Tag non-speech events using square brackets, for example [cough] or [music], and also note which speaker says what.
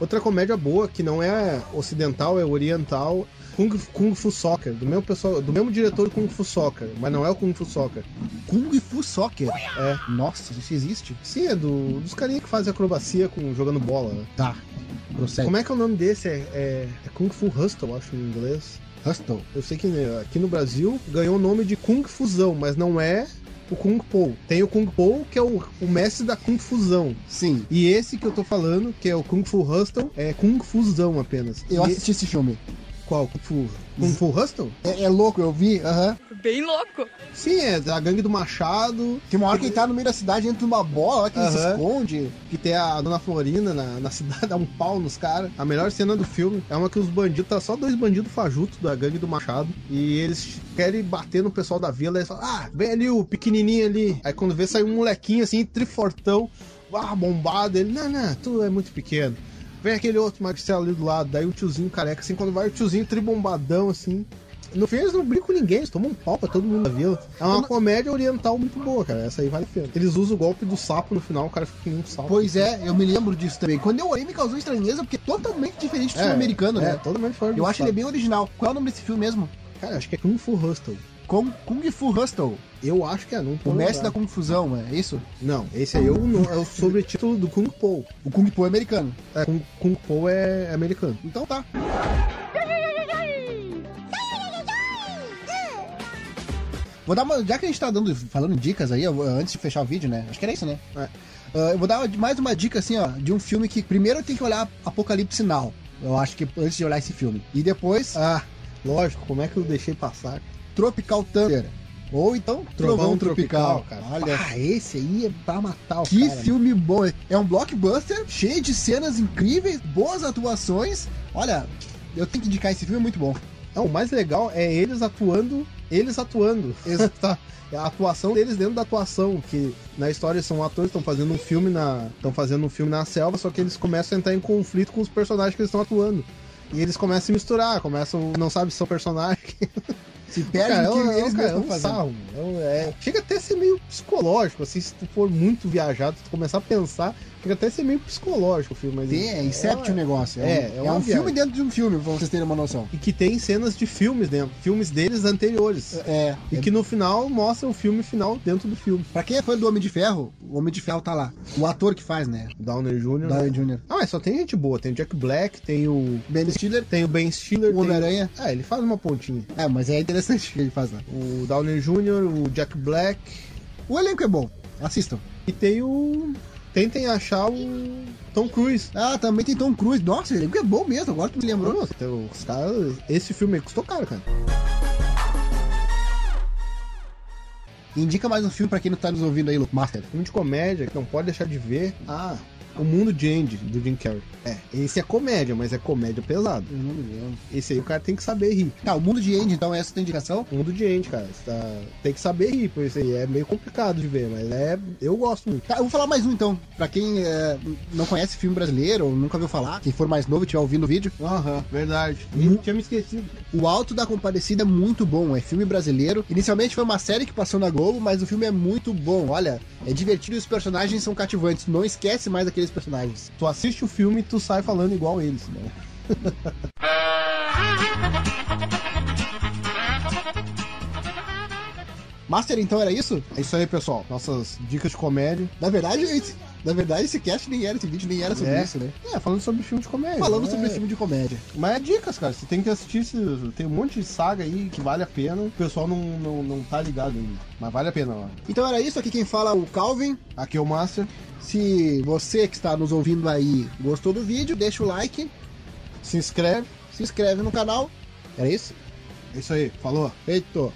Speaker 1: Outra comédia boa, que não é ocidental, é oriental, Kung, Kung Fu Soccer, do mesmo, pessoal, do mesmo diretor de Kung Fu Soccer, mas não é o Kung Fu Soccer.
Speaker 2: Kung Fu Soccer?
Speaker 1: É.
Speaker 2: Nossa, isso existe?
Speaker 1: Sim, é do, dos carinhas que fazem acrobacia com, jogando bola, né?
Speaker 2: Tá. Prossegue.
Speaker 1: Como é que é o nome desse? É, é, é Kung Fu Hustle, acho, em inglês.
Speaker 2: Hustle.
Speaker 1: Eu sei que né, aqui no Brasil ganhou o nome de Kung Fusão, mas não é o Kung Po. Tem o Kung Po, que é o, o mestre da Kung Fusão.
Speaker 2: Sim.
Speaker 1: E esse que eu tô falando, que é o Kung Fu Hustle, é Kung Fusão apenas.
Speaker 2: Eu
Speaker 1: E-
Speaker 2: assisti esse filme.
Speaker 1: Qual? Kung Fu, Kung Fu Hustle?
Speaker 2: É, é louco, eu vi. Aham.
Speaker 3: Bem louco.
Speaker 1: Sim, é da gangue do Machado,
Speaker 2: Tem uma hora que ele tá no meio da cidade, entra uma bola, olha que ele se
Speaker 1: Aham.
Speaker 2: esconde.
Speaker 1: que tem a Dona Florina na, na cidade, [laughs] dá um pau nos caras. A melhor cena do filme é uma que os bandidos, tá só dois bandidos fajutos da gangue do Machado, e eles querem bater no pessoal da vila, eles falam, ah, vem ali o pequenininho ali. Aí quando vê, sai um molequinho assim, trifortão, ah, bombado, ele, não, não, tu é muito pequeno. Vem aquele outro magricelo ali do lado, daí o tiozinho careca, assim, quando vai o tiozinho tribombadão, assim... No fim, eles não brigam com ninguém, eles tomam um pau pra todo mundo da vila. É uma comédia oriental muito boa, cara. Essa aí vale a pena. Eles usam o golpe do sapo no final, o cara fica com um sapo.
Speaker 2: Pois é, eu me lembro disso também. Quando eu olhei, me causou estranheza, porque é totalmente diferente do filme americano,
Speaker 1: é,
Speaker 2: né?
Speaker 1: totalmente fora
Speaker 2: Eu
Speaker 1: do
Speaker 2: acho ele
Speaker 1: estado.
Speaker 2: bem original. Qual é o nome desse filme mesmo?
Speaker 1: Cara, acho que é Kung Fu Hustle.
Speaker 2: Kung, Kung Fu Hustle.
Speaker 1: Eu acho que é, não tô
Speaker 2: O mestre da
Speaker 1: lembrado.
Speaker 2: confusão, é isso?
Speaker 1: Não, esse aí é o, no- é o sobretítulo do Kung Po.
Speaker 2: O Kung Po é americano.
Speaker 1: É, Kung, Kung Po é americano.
Speaker 2: Então tá. Vou dar uma. Já que a gente tá dando, falando em dicas aí, eu vou- antes de fechar o vídeo, né? Acho que era isso, né?
Speaker 1: É.
Speaker 2: Ah, eu vou dar mais uma dica, assim, ó, de um filme que primeiro tem que olhar Apocalipse Now. Eu acho que antes de olhar esse filme. E depois,
Speaker 1: Ah, lógico, como é que eu deixei passar?
Speaker 2: Tropical Thunder. Ou então, Trovão, Tropical.
Speaker 1: cara. Olha. Ah, esse aí é pra matar o
Speaker 2: Que
Speaker 1: cara. né?
Speaker 2: filme bom! É um blockbuster cheio de cenas incríveis, boas atuações. Olha, eu tenho que indicar esse filme, é muito bom.
Speaker 1: Não, o mais legal é eles atuando, eles
Speaker 2: [laughs]
Speaker 1: atuando. Exato. A atuação deles dentro da atuação, que na história eles são atores, estão fazendo um filme na. estão fazendo um filme na selva, só que eles começam a entrar em conflito com os personagens que eles estão atuando. E eles começam a se misturar, começam, não sabe se são
Speaker 2: [laughs]
Speaker 1: personagens.
Speaker 2: Se perde
Speaker 1: Cara,
Speaker 2: o que
Speaker 1: é um-
Speaker 2: eles
Speaker 1: cara, é
Speaker 2: mesmos
Speaker 1: um
Speaker 2: fazem.
Speaker 1: sarro, é um- é- chega até a ser meio psicológico, assim, se tu for muito viajado, se tu começar a pensar, chega até a ser meio psicológico o filme. Mas
Speaker 2: Tem, é Inception o negócio. É,
Speaker 1: é,
Speaker 2: um-
Speaker 1: é
Speaker 2: é um,
Speaker 1: uma
Speaker 2: filme
Speaker 1: viagem.
Speaker 2: dentro de um filme, pra vocês terem uma noção.
Speaker 1: E que tem cenas de filmes dentro, filmes deles anteriores.
Speaker 2: É,
Speaker 1: E que no final mostra o filme final dentro do filme.
Speaker 2: pra quem é fã do Homem de Ferro, o Homem de Ferro tá lá. O ator que faz, né?
Speaker 1: Downer Jr.
Speaker 2: Downey Jr.
Speaker 1: Ah, mas só tem gente boa. Tem o Jack Black, tem o.
Speaker 2: Ben Stiller,
Speaker 1: Tem o Ben Stiller.
Speaker 2: o
Speaker 1: tem-
Speaker 2: Homem-Aranha.
Speaker 1: Ah, ele faz uma pontinha.
Speaker 2: É, mas é interessante o que ele faz lá.
Speaker 1: O Downer Jr., o Jack Black.
Speaker 2: O elenco é bom, assistam.
Speaker 1: E tem o. Tentem achar o. Tom Cruise.
Speaker 2: Ah, também tem Tom Cruise. Nossa, o elenco é bom mesmo, agora tu me lembrou.
Speaker 1: Bruno, tem os caras. Esse filme aí custou caro, cara.
Speaker 2: Indica mais um filme pra quem não tá nos ouvindo aí, Luke Master.
Speaker 1: Filme de comédia que não pode deixar de ver. Ah, O Mundo de Andy, do Jim Carrey. É, esse é comédia, mas é comédia pesada.
Speaker 2: Eu não me lembro.
Speaker 1: Esse aí o cara tem que saber rir.
Speaker 2: Tá, o mundo de Andy, então, essa é a tua indicação.
Speaker 1: Mundo de Andy, cara. Você tá- Tem que saber rir, por isso aí. É meio complicado de ver, mas é. Eu gosto muito.
Speaker 2: Tá, eu vou falar mais um então. Pra quem é, não conhece filme brasileiro ou nunca viu falar, quem for mais novo e estiver ouvindo o vídeo,
Speaker 1: Aham, verdade.
Speaker 2: Hum.
Speaker 1: Tinha me esquecido.
Speaker 2: O Alto da Compadecida é muito bom, é filme brasileiro. Inicialmente foi uma série que passou na Globo, mas o filme é muito bom. Olha, é divertido e os personagens são cativantes. Não esquece mais aqueles personagens.
Speaker 1: Tu assiste o filme e tu sai falando igual eles, né?
Speaker 2: Master, então era isso?
Speaker 1: É isso aí, pessoal. Nossas dicas de comédia.
Speaker 2: Na verdade, esse, na verdade, esse cast nem era, esse vídeo nem era sobre
Speaker 1: É.
Speaker 2: isso, né?
Speaker 1: É, falando sobre filme de comédia.
Speaker 2: Falando
Speaker 1: né?
Speaker 2: sobre filme de comédia.
Speaker 1: Mas é dicas, cara. Você tem que assistir. esse- Tem um monte de saga aí que vale a pena. O pessoal não, não, não tá ligado ainda. Mas vale a pena, ó.
Speaker 2: Então era isso, aqui quem fala é o Calvin.
Speaker 1: Aqui é o Master.
Speaker 2: Se você que está nos ouvindo aí gostou do vídeo, deixa o like,
Speaker 1: Se inscreve.
Speaker 2: se inscreve no canal. Era isso?
Speaker 1: É isso aí. Falou.
Speaker 2: Feito!